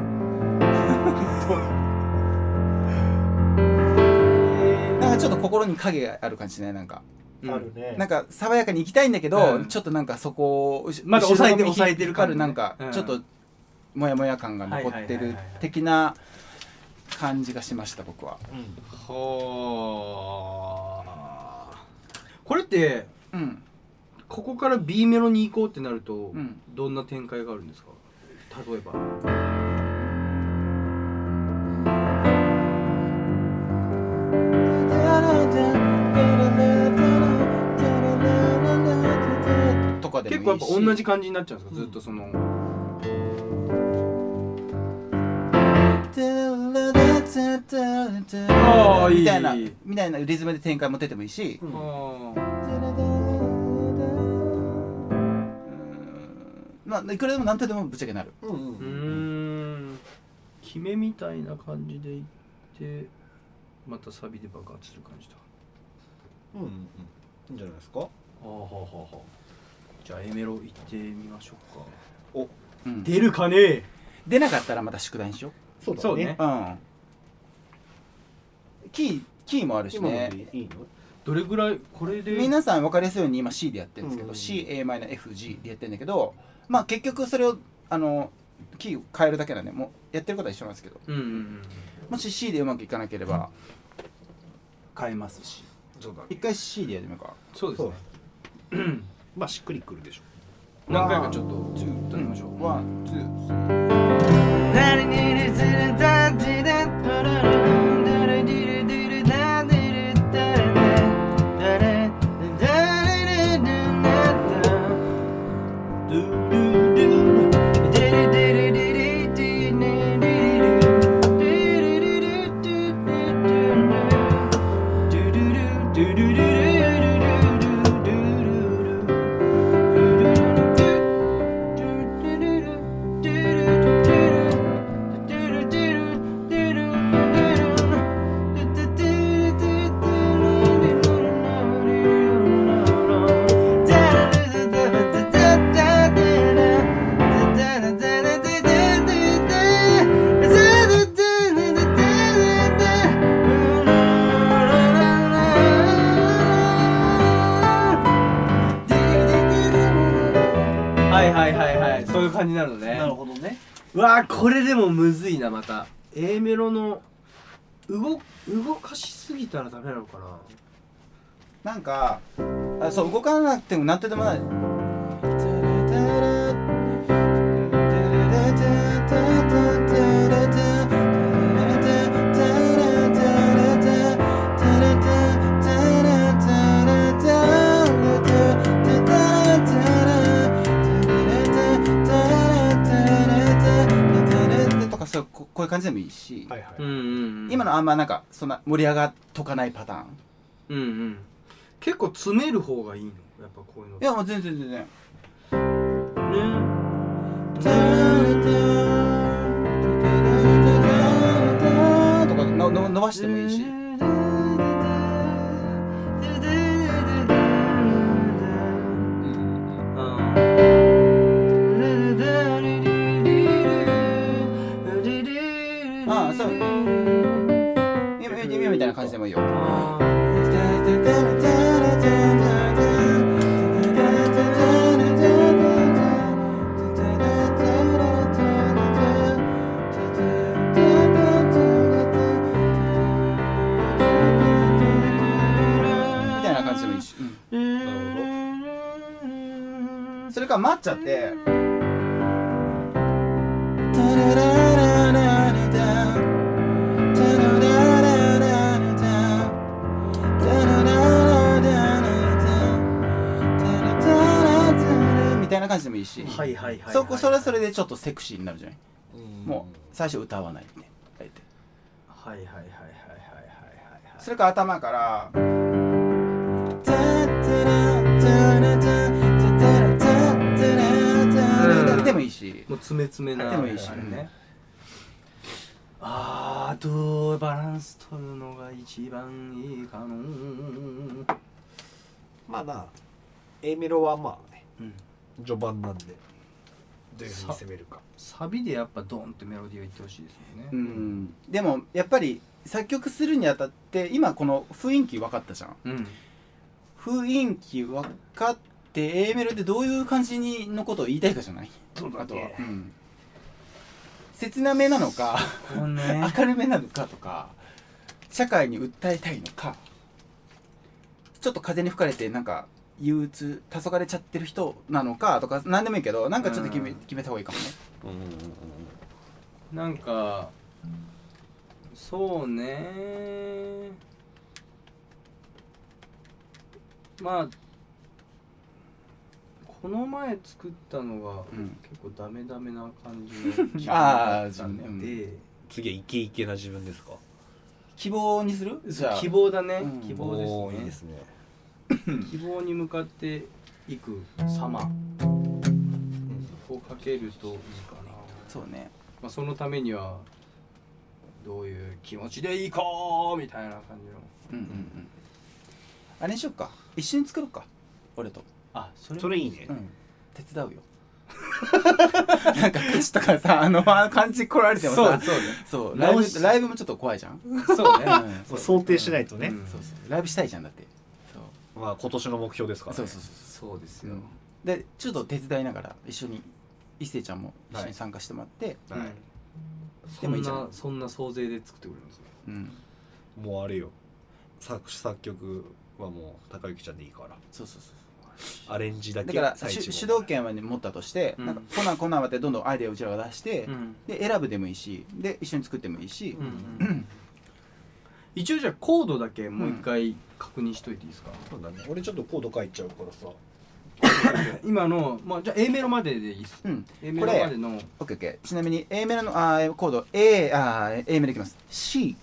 Speaker 3: なんかちょっと心に影がある感じしないなんか
Speaker 4: あるね
Speaker 3: なんか爽やかに行きたいんだけど、
Speaker 1: うん
Speaker 3: ちょっとなんかそこをうし
Speaker 1: まだ抑えて
Speaker 3: 後ろの
Speaker 1: 抑えてる感
Speaker 3: 引っ張なんか
Speaker 1: うん
Speaker 3: ちょっとモヤモヤ感が残っ
Speaker 1: は
Speaker 3: て
Speaker 1: いはいはい
Speaker 3: る
Speaker 1: はいはい
Speaker 3: 的な感じがしました僕は
Speaker 4: うん
Speaker 1: はあこれって
Speaker 3: うん
Speaker 1: ここから B メロに行こうってなると、
Speaker 3: うん
Speaker 1: どんな展開があるんですか例えば
Speaker 3: とかでもいいし
Speaker 1: 結構やっぱ同じ感じになっちゃうんですか、ずっとそのあーいい
Speaker 3: みたいなみたいなリズムで展開も出てもいいし、
Speaker 4: うん
Speaker 1: あ
Speaker 3: うんまあいくらでも何とでもぶっちゃけなる
Speaker 4: うん
Speaker 1: ーうー
Speaker 4: うん
Speaker 1: ん決めみたいな感じでいってまたサビで爆発する感じだ
Speaker 4: うんうんうんいいんじゃないですか
Speaker 1: あーはあはあはあじゃあ A メロ行ってみましょうか
Speaker 3: うん
Speaker 1: 出るかね
Speaker 3: 出なかったらまた宿題にしよ
Speaker 4: そう
Speaker 1: そうね
Speaker 3: ううんキーキーもあるし
Speaker 4: 今の
Speaker 3: ね
Speaker 4: でいいの
Speaker 1: どれぐらいこれで
Speaker 3: 皆さん分かりやすいように今 C でやってるんですけど、
Speaker 4: うん
Speaker 3: CAmFG でやってるんだけどまあ結局それをあのキーを変えるだけなんでもうやってることは一緒なんですけど
Speaker 1: うんうんうん
Speaker 3: もし C でうまくいかなければ
Speaker 1: 変えますし
Speaker 4: そうだね
Speaker 3: 一回 C でやってみようか
Speaker 1: そうですね
Speaker 4: そうまあしっくりくるでしょ
Speaker 1: 何回かちょっとずっとやりましょう、
Speaker 3: ワンツースリー
Speaker 1: はいはいはいはいそういう感じになるのね
Speaker 4: ほどね
Speaker 1: わあこれでもむずいなまた A メロの動動かしすぎたらダメなのかな
Speaker 3: なんかあそう動かなくてもなんとでもないし、
Speaker 4: はいはい、
Speaker 1: うんうんうん
Speaker 3: 今のあんまなんかそんな盛り上がっとかないパターン
Speaker 1: うんうん結構詰める方がいいのやっぱこういうの
Speaker 3: いやもう全然全然
Speaker 1: ね
Speaker 3: とかのの伸ばしてもいいしああそう今今みたいな感じでもいいよ
Speaker 1: あ
Speaker 3: みたいな感じでもいいし、それから待っちゃってみたいな感じでもいいし、
Speaker 1: ーはいはいはい
Speaker 3: そこそれはそれ
Speaker 1: で
Speaker 3: でちょっとセクシーになるじゃない、もう最初歌わないみたいなあえて
Speaker 1: はいはいはいはいはいはいはい
Speaker 3: それから頭から。でもいいし。
Speaker 1: もう詰め詰めな
Speaker 3: でもいいし
Speaker 1: あれねあーどうバランス取るのが一番いいかのうん
Speaker 4: まあなあ A メロはまあね序盤なんでどういうふう
Speaker 1: さ
Speaker 4: に攻めるか
Speaker 1: サビでやっぱドンってメロディーを言ってほしいですよね、
Speaker 3: うん、でもやっぱり作曲するにあたって今この雰囲気分かったじゃん
Speaker 1: うん、
Speaker 3: 雰囲気分かって A メロでどういう感じにのことを言いたいかじゃない
Speaker 1: そうだ
Speaker 3: あ
Speaker 1: っ
Speaker 3: とは
Speaker 1: け、
Speaker 3: うん、切なめなのか
Speaker 1: こうね
Speaker 3: 明るめなのかとか社会に訴えたいのかちょっと風に吹かれてなんか憂鬱黄昏れちゃってる人なのかとか何でもいいけどなんかちょっと決め,、
Speaker 1: うん
Speaker 3: 決めた方がいいかもね
Speaker 1: なんかそうねまあこの前作ったのが
Speaker 3: うん
Speaker 1: 結構ダメダメな感じの気分
Speaker 3: あ
Speaker 1: だ
Speaker 3: ー
Speaker 1: ったんで、
Speaker 4: 次はイケイケな自分ですか
Speaker 3: 希望にするじゃあ
Speaker 1: 希望だね、
Speaker 3: うん
Speaker 1: 希望ですね
Speaker 4: おーいいですね
Speaker 1: 希望に向かっていく様をかけるといいかな、
Speaker 3: そうね
Speaker 1: まあ、そのためにはどういう気持ちでいいかみたいな感じの
Speaker 3: うんうんうんあれにしよっか一緒に作ろうか俺と、
Speaker 1: あそれ
Speaker 4: それいいね
Speaker 3: うん、手伝うよ なんか歌詞とかさあのあの感じ来られても
Speaker 1: そう
Speaker 3: さ
Speaker 1: そう
Speaker 3: そうライ
Speaker 1: 直
Speaker 3: ブ
Speaker 1: し
Speaker 3: ライブもちょっと怖いじゃん、うん
Speaker 1: ねそうね
Speaker 4: もう想定しないと
Speaker 1: う
Speaker 4: ね
Speaker 1: ん
Speaker 3: そうそうライブしたいじゃんだってそう
Speaker 4: まあ今年の目標ですから
Speaker 3: そう
Speaker 4: ね
Speaker 3: そうそう
Speaker 1: そ
Speaker 3: そう
Speaker 1: うです
Speaker 3: う
Speaker 1: よ
Speaker 3: ん、でちょっと手伝いながら一緒に一星ちゃんも一緒に参加してもらって、
Speaker 4: はい
Speaker 1: そ
Speaker 3: でもい
Speaker 1: ん
Speaker 3: いじゃ
Speaker 1: なんそんな総勢で作ってくれるんですね
Speaker 3: うん、
Speaker 4: もうあれよ作詞作曲はもう高之ちゃんでいいから
Speaker 3: そうそうそう
Speaker 4: アレンジだけ
Speaker 3: だから
Speaker 4: 最
Speaker 3: し
Speaker 4: 中
Speaker 3: 主導権は、ね、持ったとして、
Speaker 1: うん
Speaker 3: なんかコナンコナンはってどんどんアイデアをうちらが出して、
Speaker 1: ん、
Speaker 3: で選ぶでもいいしで一緒に作ってもいいし、
Speaker 1: うんうん、一応じゃあコードだけもう一回確認しといていいですか、
Speaker 4: そうだね俺ちょっとコード書いちゃうからさ
Speaker 1: 今の、まあ、じゃあ A メロまででいいっす
Speaker 3: うん
Speaker 1: A メロまでの
Speaker 3: オッケーオッケーちなみに A メロのあーコード A あー A メロいきます CA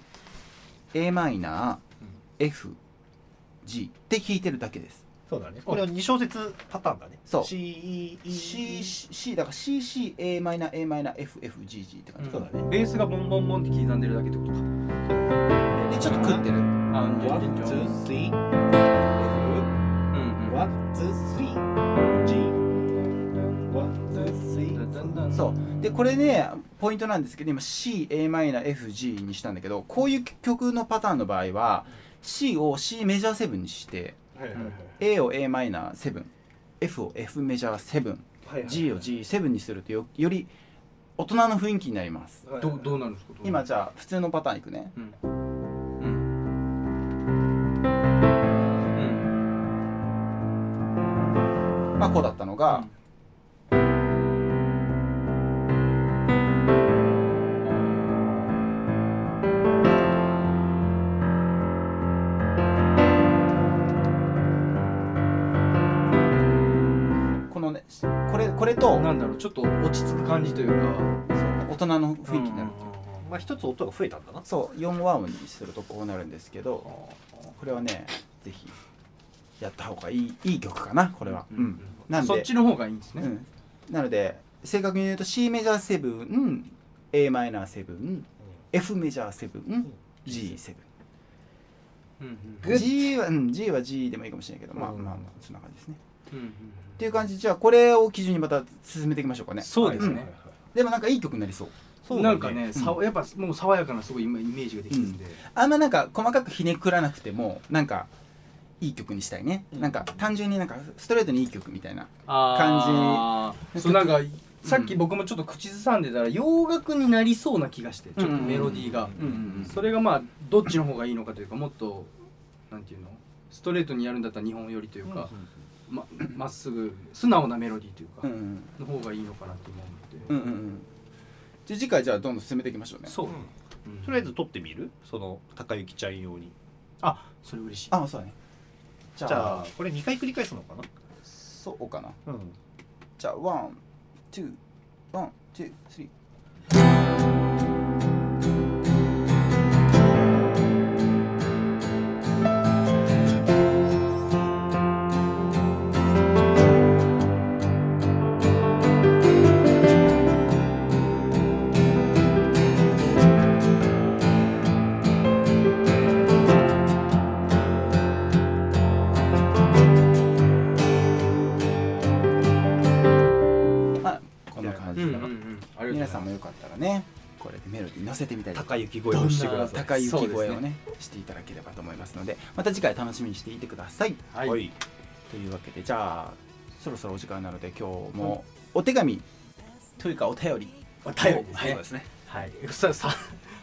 Speaker 3: マイナー FG って弾いてるだけです
Speaker 4: そうだねこれは2小節パターンだね
Speaker 3: そう
Speaker 4: C E
Speaker 3: C,
Speaker 4: E
Speaker 3: C だから CCA マイナー A マイナー FFGG って感じ、
Speaker 4: そうだね
Speaker 1: ベースがボンボンボンって刻んでるだけってことか
Speaker 3: でちょっと食ってる
Speaker 1: あんじゃん
Speaker 4: One,
Speaker 1: じゃん
Speaker 4: two,
Speaker 1: じゃん
Speaker 4: three.
Speaker 1: うんうん
Speaker 4: One, two, three. G. One, two, three.
Speaker 1: だんだんだん
Speaker 3: そうでこれねポイントなんですけど今 CAmFG にしたんだけどこういう曲のパターンの場合は C を C メジャー7にして
Speaker 4: はいはいはい
Speaker 3: A を Am7F を F メジャー 7G を G7 にするとよより大人の雰囲気になります
Speaker 4: はい
Speaker 1: どどうなるんですかどうなる
Speaker 3: 今じゃあ普通のパターンいくね
Speaker 1: うんうんうん
Speaker 3: まあこうだったのが、このねこれこれと
Speaker 1: なんだろうちょっと落ち着く感じというか
Speaker 3: 大人の雰囲
Speaker 1: うんう
Speaker 3: 気になる、
Speaker 1: んうん
Speaker 4: まあ一つ音が増えたんだな
Speaker 3: そう4和音にするとこうなるんですけどこれはねぜひやった方がいいいい曲かなこれは、うんなんで
Speaker 1: そっちの方がいいんです
Speaker 3: う
Speaker 1: ね、
Speaker 3: ん、なので正確に言うと C メジャー7 a マイナー7 F メジャー7 G7
Speaker 1: うんうん
Speaker 4: グッ
Speaker 3: G は、うん、G は G でもいいかもしれないけど、まあ
Speaker 4: うん
Speaker 3: まあまあそんな感じですね。
Speaker 1: うんうん
Speaker 3: っていう感じでじゃあこれを基準にまた進めていきましょうかね。
Speaker 1: そうですね、
Speaker 3: んでもなんかいい曲になりそう。
Speaker 4: そうだ
Speaker 1: なんかね、さわやっぱもう爽やかなすごい今イメージができてるんで、
Speaker 3: あんまなんか細かくひねくらなくてもなんかいい曲にしたいね。なんか単純になんかストレートにいい曲みたいな。
Speaker 1: あーそうなんかさっき僕もちょっと口ずさんでたら洋楽になりそうな気がしてちょっとメロディーが、
Speaker 4: うん
Speaker 1: それがまあどっちの方がいいのかというかもっとなんていうのストレートにやるんだったら日本よりというか、ままっすぐ素直なメロディーというか、
Speaker 3: うんうん
Speaker 1: の方がいいのかなと思うので、
Speaker 3: うんうんうん。じゃあ次回じゃあどんどん進めていきましょうね。
Speaker 1: そう、うん
Speaker 4: とりあえず撮ってみるその高雪ちゃん用に
Speaker 1: あそれ嬉しい
Speaker 3: あそうだね。じゃあ
Speaker 4: じゃあこれ2回繰り返すのか
Speaker 3: そうかな。
Speaker 4: な
Speaker 3: じゃあワン、ツー、ワン、ツー、スリー。まあこんな感じ
Speaker 1: うん
Speaker 3: か
Speaker 1: うんう
Speaker 3: な。
Speaker 1: んありが
Speaker 3: 皆
Speaker 1: と
Speaker 3: さ
Speaker 1: うんございます
Speaker 3: もよかったらねこれでメロディー乗せてみたりとか
Speaker 4: 高雪声をしてください
Speaker 3: 高い雪
Speaker 1: そう
Speaker 3: 声
Speaker 1: で
Speaker 3: を
Speaker 1: す
Speaker 3: ねしていただければと思いますのでまた次回楽しみにしていてください
Speaker 1: はい、
Speaker 4: はい
Speaker 3: というわけでじゃあそろそろお時間なので今日もお手紙というかお便り
Speaker 1: お便りですね
Speaker 4: すね
Speaker 1: はいささ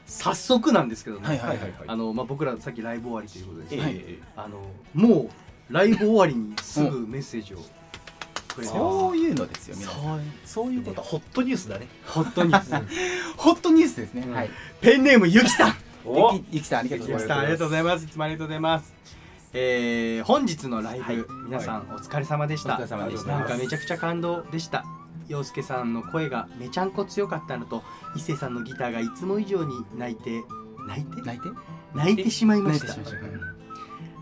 Speaker 1: 早速なんですけどね、
Speaker 3: はいはい
Speaker 4: はいはい
Speaker 1: あのまあ、僕らさっきライブ終わりということで、
Speaker 4: ええ
Speaker 3: はい
Speaker 4: え
Speaker 1: あのもうライブ終わりにすぐメッセージをくれてま
Speaker 3: そういうのですよ
Speaker 1: す。
Speaker 3: 皆さん
Speaker 1: そう
Speaker 3: そうい
Speaker 4: え
Speaker 3: うこと
Speaker 4: ホットニュースだね
Speaker 1: 本当に
Speaker 3: ホットニュースですね、はい
Speaker 1: ペンネームゆきさん
Speaker 3: ゆきゆきさんありがとうございます
Speaker 1: ありがとうございますいつもありがとうございますえー、本日のライブ、皆さんお疲れ様でした
Speaker 3: お疲れ様でした
Speaker 1: なんかめちゃくちゃ感動でした陽介さんの声がめちゃんこ強かったのと伊勢さんのギターがいつも以上に泣いて泣いて
Speaker 3: 泣いて
Speaker 1: 泣いてしまいました
Speaker 3: 泣いてしまいまし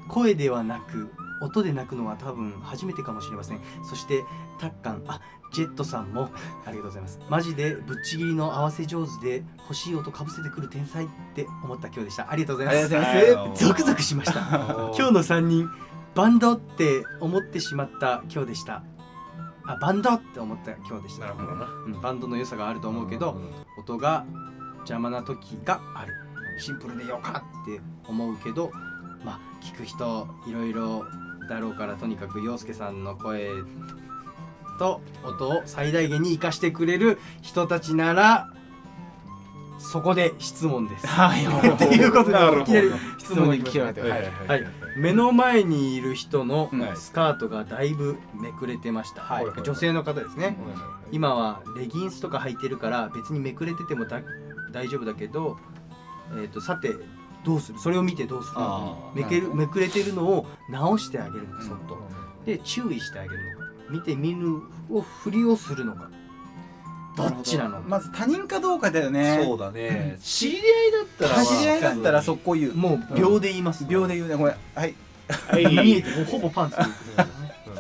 Speaker 1: 声ではなく音で泣くのは多分初めてかもしれませんそしてタッカンあジェットさんもありがとうございますマジでぶっちぎりの合わせ上手で欲しい音かぶせてくる天才って思った今日でしたありがとうございます
Speaker 3: ありがとうご
Speaker 4: あ
Speaker 3: ざいます
Speaker 4: の
Speaker 1: ゾクゾクしました今日の3人バンドって思ってしまった今日でしたあバンドって思った今日でし
Speaker 4: な
Speaker 1: た
Speaker 4: るほどな
Speaker 1: うんバンドの良さがあると思うけど、音が邪魔な時があるシンプルでよかって思うけどまあ聞く人いろいろだろうからとにかく陽介さんの声と音を最大限に生かしてくれる人たちならそこで質問です。
Speaker 3: はいはい
Speaker 1: ということで
Speaker 4: なるほど
Speaker 1: いきなり質
Speaker 3: 質
Speaker 1: 問
Speaker 3: 問
Speaker 1: が
Speaker 3: に
Speaker 1: 来まし
Speaker 3: 聞
Speaker 1: た
Speaker 3: きられて
Speaker 4: はいはい
Speaker 1: はい目の前にいる人の
Speaker 4: はい
Speaker 1: スカートがだいぶめくれてました、
Speaker 3: はい
Speaker 1: 女性の方ですね、
Speaker 4: はい
Speaker 1: 今はレギンスとか履いてるから別にめくれててもだ大丈夫だけど、えー、とさてどうするそれを見てどうする
Speaker 3: あ
Speaker 1: め
Speaker 3: ー
Speaker 1: け
Speaker 3: なるほ
Speaker 1: る
Speaker 3: ど
Speaker 1: めくれてるのを直してあげるのかそっと、
Speaker 4: う
Speaker 1: で注意してあげるのか見て見ぬをふりをするのかどっちなの
Speaker 3: まず他人かどうかだよね
Speaker 4: んそうだね知り合いだったら
Speaker 3: 他知り合いだったらそ
Speaker 4: こ
Speaker 3: こ言う
Speaker 1: もう秒で言います、
Speaker 3: 秒で言うねごめんはい
Speaker 1: 見えてもうほぼパンツ言え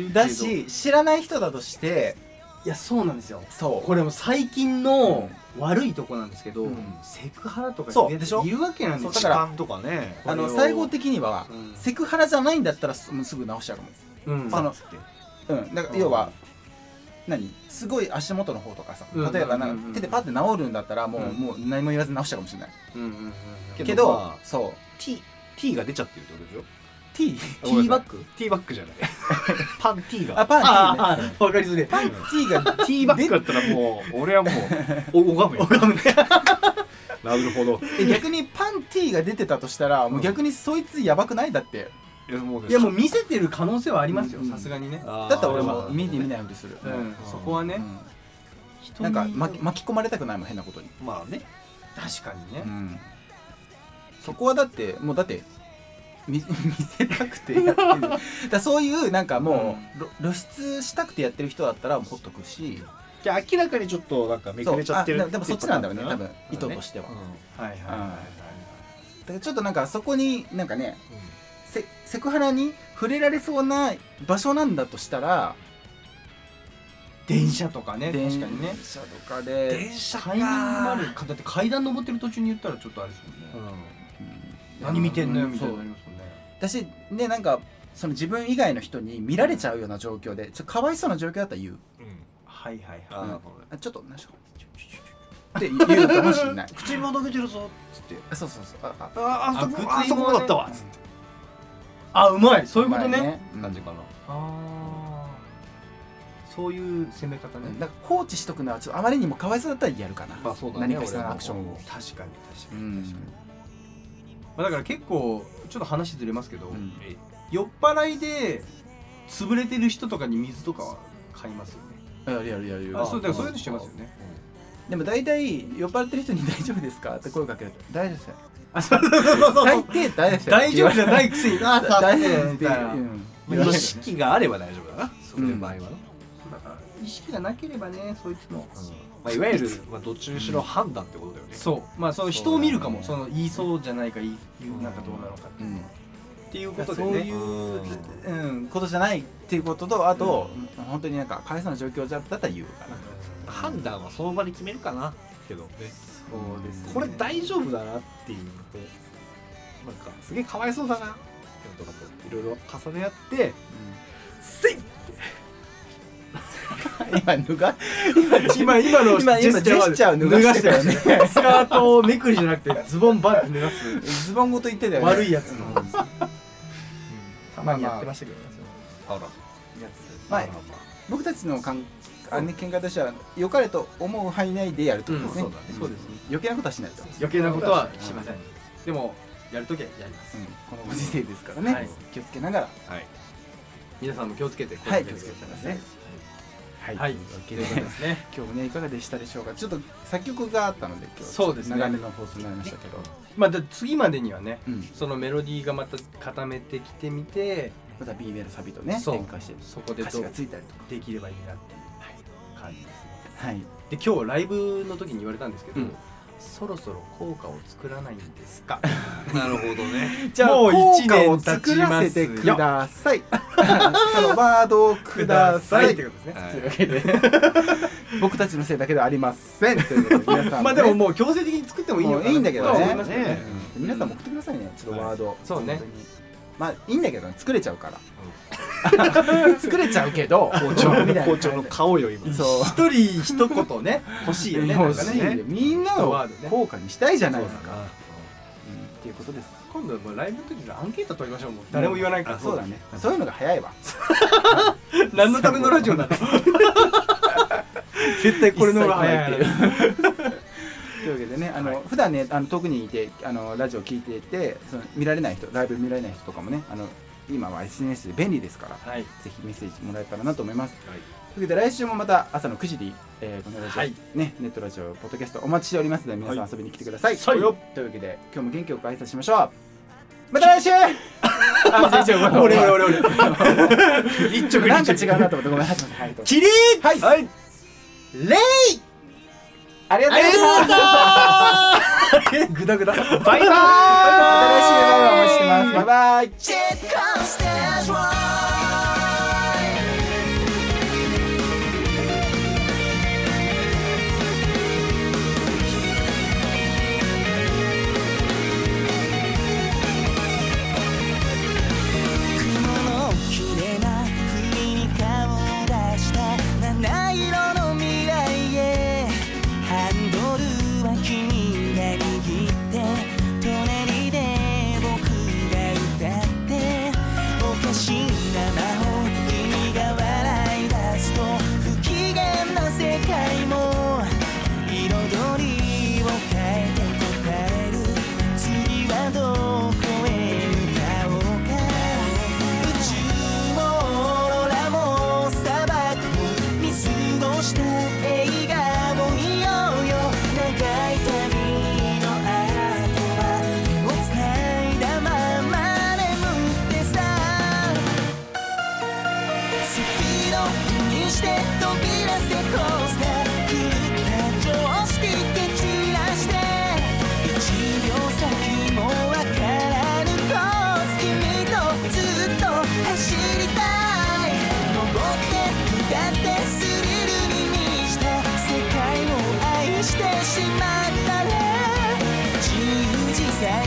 Speaker 1: るけど
Speaker 3: だし知らない人だとして
Speaker 1: いやそうなんですよ
Speaker 3: そう
Speaker 1: これも最近の悪いとこなんですけど、
Speaker 3: うん
Speaker 1: セクハラとか
Speaker 3: そう
Speaker 1: やつ
Speaker 3: でしょ
Speaker 1: いるわけなんですよ
Speaker 3: そ
Speaker 4: 時
Speaker 3: うだから
Speaker 4: 間とかね
Speaker 3: あ
Speaker 1: こ
Speaker 3: の
Speaker 1: れを
Speaker 3: 最後的には、
Speaker 1: うん
Speaker 3: セクハラじゃないんだったらすもうすぐ直しちゃうかも、
Speaker 1: うん
Speaker 3: あのうん、だから要は、何すごい足元の方とかさ
Speaker 1: うん
Speaker 3: 例えばな
Speaker 1: うんうんうん
Speaker 3: 手でパッて治るんだったらもう,、
Speaker 1: うん
Speaker 3: もう何も言わず直しちゃうかもしれない
Speaker 1: うんうんうんうん
Speaker 4: けど
Speaker 3: けど、
Speaker 4: まあ
Speaker 3: そう
Speaker 4: T T が出ちゃってるってことでしょ
Speaker 3: T
Speaker 4: ごめんなさい
Speaker 1: ティーバッグ
Speaker 4: T バッグ じゃないパン T
Speaker 3: あ
Speaker 4: が
Speaker 3: パン T ね
Speaker 1: あああわかりづれい
Speaker 3: パン T が
Speaker 4: T バッグだったらもう 俺はもうお拝むよ
Speaker 1: 拝む
Speaker 4: なるほど
Speaker 3: で逆にパン T が出てたとしたらもう逆にそいつやばくないだって
Speaker 4: いやもう
Speaker 1: いやもう見せてる可能性はありますよ
Speaker 3: うん
Speaker 1: さすがにね、
Speaker 4: だ
Speaker 3: だったら俺も見て見ないふりする、
Speaker 1: うん
Speaker 3: うん
Speaker 1: そこはね、人
Speaker 3: なん
Speaker 1: に
Speaker 3: か巻き巻き込まれたくないもん変なことに、
Speaker 4: まあね
Speaker 1: 確かにね、
Speaker 3: うん、そこはだってもうだって見 見せたくてやってるだからそういうなんかもう、露露出したくてやってる人だったらもうほっとくし
Speaker 4: じゃあ明らかにちょっとなんかめくれちゃって
Speaker 3: そう
Speaker 4: る
Speaker 3: あでもそっちなんだろうね多分意図と
Speaker 4: し
Speaker 3: しては、だ
Speaker 1: はいはいはいはい
Speaker 3: からちょっとなんかそこになんかねセセクハラに触れられそうな場所なんだとしたら
Speaker 1: 電車とかね確かにね
Speaker 3: 電車とかで、
Speaker 4: 電車か
Speaker 1: タイミングもあるかだって階段登ってる途中に言ったらちょっとあれですもんね
Speaker 3: うん
Speaker 1: 何見てんのよみたいに
Speaker 3: そう
Speaker 1: なりますもんね
Speaker 3: だしねなんかその自分以外の人に見られちゃうような状況でちょっとかわいそうな状況だったら言う
Speaker 1: はいはい
Speaker 4: あ
Speaker 1: は
Speaker 4: ー
Speaker 1: い
Speaker 4: なるほどね
Speaker 3: あちょっと何しようって言うかもしれない
Speaker 4: 口もどけてるぞっつって
Speaker 3: あそうそうそうああ
Speaker 4: ああそこあ
Speaker 1: 靴
Speaker 4: そ
Speaker 1: 紐
Speaker 4: こ
Speaker 1: はね
Speaker 4: だったわっつっ
Speaker 1: あうまいそういうこと
Speaker 3: まあ
Speaker 1: ね
Speaker 3: う
Speaker 4: て
Speaker 3: ん
Speaker 4: 感じかな
Speaker 1: あーそういう攻め方ね
Speaker 3: なんか放置しとくのはちょっとあまりにもかわいそうだったらやるかな、
Speaker 4: まあそうだね
Speaker 3: 何かしらのアクションを
Speaker 4: 俺も
Speaker 1: 確かに確か
Speaker 3: う
Speaker 1: に、
Speaker 3: ん
Speaker 1: まあ、だから結構ちょっと話ずれますけど、
Speaker 3: うん
Speaker 1: 酔っ払いで潰れてる人とかに水とかは買いますよね
Speaker 3: やるやるやる
Speaker 1: あそうだ
Speaker 4: あ
Speaker 1: からそういうのしてますよね
Speaker 3: でも大体酔っ払ってる人に「大丈夫ですか?」って声かけると「大丈夫ですよ
Speaker 1: あそうそうそう」
Speaker 3: 大抵 大丈夫ですよ
Speaker 1: 大丈夫じゃないいくせにあ
Speaker 3: 大丈夫
Speaker 1: だ
Speaker 3: ですって
Speaker 1: みたいな
Speaker 3: うん
Speaker 4: まあ意識があれば大丈夫だなそういう場合はな
Speaker 1: だから意識がなければねそいつも
Speaker 4: まあいわゆるまあどっちにしろ判断ってことだよね
Speaker 1: そうまあその人を見るかもその言いそうじゃないか言い言うなんかどうなのかって,、
Speaker 3: うん
Speaker 1: っていうことで
Speaker 3: そう
Speaker 1: ね
Speaker 3: いう
Speaker 4: うん
Speaker 3: うん、ことじゃないっていうこととあと、本当になんかかわいそうな状況だったら言うかな
Speaker 4: 判断はその場で決めるかなけどね
Speaker 3: そうです
Speaker 4: これ大丈夫だなっていうのとなんかすげえかわいそうだなっていうのとかといろいろ重ね合ってせい
Speaker 3: 今脱が今今
Speaker 1: の
Speaker 3: 今
Speaker 1: ジェ
Speaker 3: 今
Speaker 1: ス
Speaker 3: ジ
Speaker 1: チャー
Speaker 3: ェ
Speaker 1: は
Speaker 3: スチャーを脱がしてたよね
Speaker 1: スカートをめくりじゃなくてズボンバッて濡ら す
Speaker 3: ズボンごと言ってたよね
Speaker 1: 悪い
Speaker 3: や
Speaker 1: やつの、 たまにやってましたけどね、
Speaker 4: あら
Speaker 3: つまあ僕たちのかんあ、ね、見解としては良かれと思う範囲内でやるってことですね、
Speaker 4: うんそうだね
Speaker 1: そうですね
Speaker 3: 余計なことはしないと、うん、
Speaker 1: 余計なことはしませんでもやるときはやります、
Speaker 3: このご時世ですからね、
Speaker 1: はい
Speaker 3: 気をつけながら
Speaker 4: はい
Speaker 1: 皆さんも気をつけて
Speaker 3: はい
Speaker 1: 声かけくださ
Speaker 3: 気をつは
Speaker 1: はい
Speaker 3: というわ
Speaker 1: と
Speaker 3: け
Speaker 1: いう
Speaker 3: で
Speaker 1: ことです ね
Speaker 3: 今日もねいかがでしたでしょうかちょっと作曲があったので今日
Speaker 1: そうですね
Speaker 3: 長めの放送になりましたけど、
Speaker 1: まあじゃあ次までにはね
Speaker 3: うん、
Speaker 1: そのメロディーがまた固めてきてみて
Speaker 3: また B メロサビとね
Speaker 1: そう
Speaker 3: 展開して
Speaker 1: そこで
Speaker 3: 歌
Speaker 1: ど
Speaker 3: 詞が
Speaker 1: う
Speaker 3: ついたりとか
Speaker 1: できればいいなっていう感じですね
Speaker 3: はい
Speaker 1: で今日ライブの時に言われたんですけど、
Speaker 3: うん
Speaker 1: そろそろ効果を作らないんですか
Speaker 4: なるほどね
Speaker 3: じゃあ
Speaker 1: もう一
Speaker 3: 効果
Speaker 1: 年
Speaker 3: を
Speaker 1: 経
Speaker 3: 作
Speaker 1: ち
Speaker 3: ら
Speaker 1: ま
Speaker 3: せ
Speaker 1: すよ
Speaker 3: てくださいそのワードをください
Speaker 1: ってことですね、
Speaker 4: は
Speaker 3: というわけで 僕たちのせいだけではありませんということで皆さん、ね、
Speaker 1: まあでももう強制的に作ってもいいの
Speaker 3: も
Speaker 1: か
Speaker 3: う
Speaker 1: ない
Speaker 3: いんだけど
Speaker 1: とは
Speaker 3: ね
Speaker 1: 思いますけど
Speaker 4: ね
Speaker 3: うん皆さんも送ってくださいねちょっとワード、
Speaker 1: そうね
Speaker 3: 本当にまあいいんだけどね作れちゃうから 作れちゃうけど
Speaker 4: 校長
Speaker 3: みたいな
Speaker 4: の校長の顔よ今
Speaker 3: そう
Speaker 1: 一人一言ね欲しいよね
Speaker 3: 欲
Speaker 1: なんか
Speaker 3: しいよ
Speaker 1: ね
Speaker 3: みんなの
Speaker 1: ワードね
Speaker 3: 効果にしたいじゃない
Speaker 4: そう
Speaker 3: で
Speaker 4: だ
Speaker 3: すか
Speaker 4: な
Speaker 3: うんっていうことです
Speaker 1: 今度はもうライブの時のアンケート取りましょうもう誰も言わないから、
Speaker 3: あそうだねそういうのが早いわ
Speaker 1: 何のためのラジオなの絶対これの方が早い
Speaker 3: 一切来ないっていうというわけでねあの、普段ねあの遠くにいてあのラジオ聞いていてその見られない人ライブ見られない人とかもねあの今は SNS で便利ですから
Speaker 1: はい
Speaker 3: ぜひメッセージもらえたらなと思います、
Speaker 4: はい
Speaker 3: というわけで来週もまた朝の9時に、えーこのラジオ、
Speaker 1: はい
Speaker 3: ね、ネットラジオポッドキャストお待ちしておりますので皆さん遊びに来てください、
Speaker 1: そうよ
Speaker 3: というわけで今日も元気よく挨拶しましょうまた 来週あ 違う違うごめん
Speaker 1: 俺俺俺俺
Speaker 3: 一直なんか違うなと思ってごめんなさいはいどうぞ
Speaker 1: キリー
Speaker 3: はい、
Speaker 1: はいレイ
Speaker 3: ありがと
Speaker 1: あ
Speaker 3: うご
Speaker 1: り
Speaker 3: ざいました
Speaker 1: がとうえグダグダバイバーイ
Speaker 3: また来週バイバイお待ちしてますバイバイ
Speaker 5: It comes that's why.「雲の綺麗な海に顔を出した」「七色の未来へ」「ハンドルは君が握って」「隣で僕が歌って」「おかしな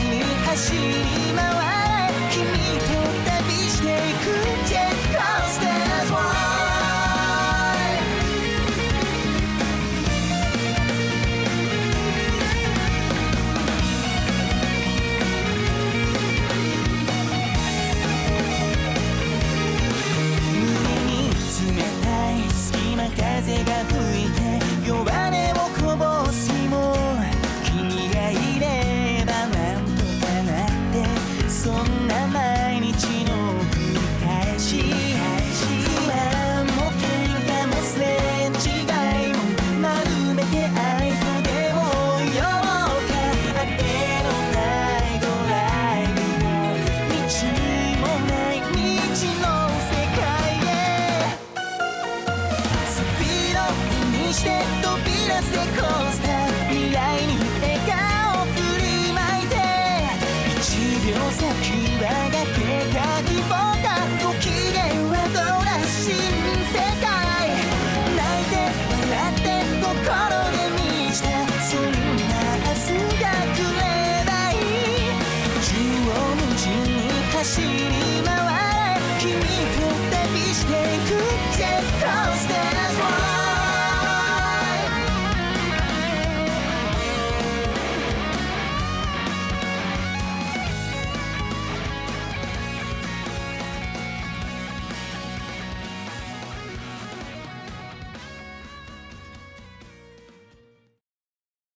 Speaker 5: に回れ君と旅していく Jet Coasters Wide 胸に冷たい隙間風が吹いて弱音をこぼすも君がいればなんとかなってそんな毎日の繰り返し不安も喧嘩もすれ違いも丸めて愛とでもようかあてのないドライブも道もない未知の世界へスピードにして飛び出せコースター未来に笑顔振りまいて1秒先はがけた希望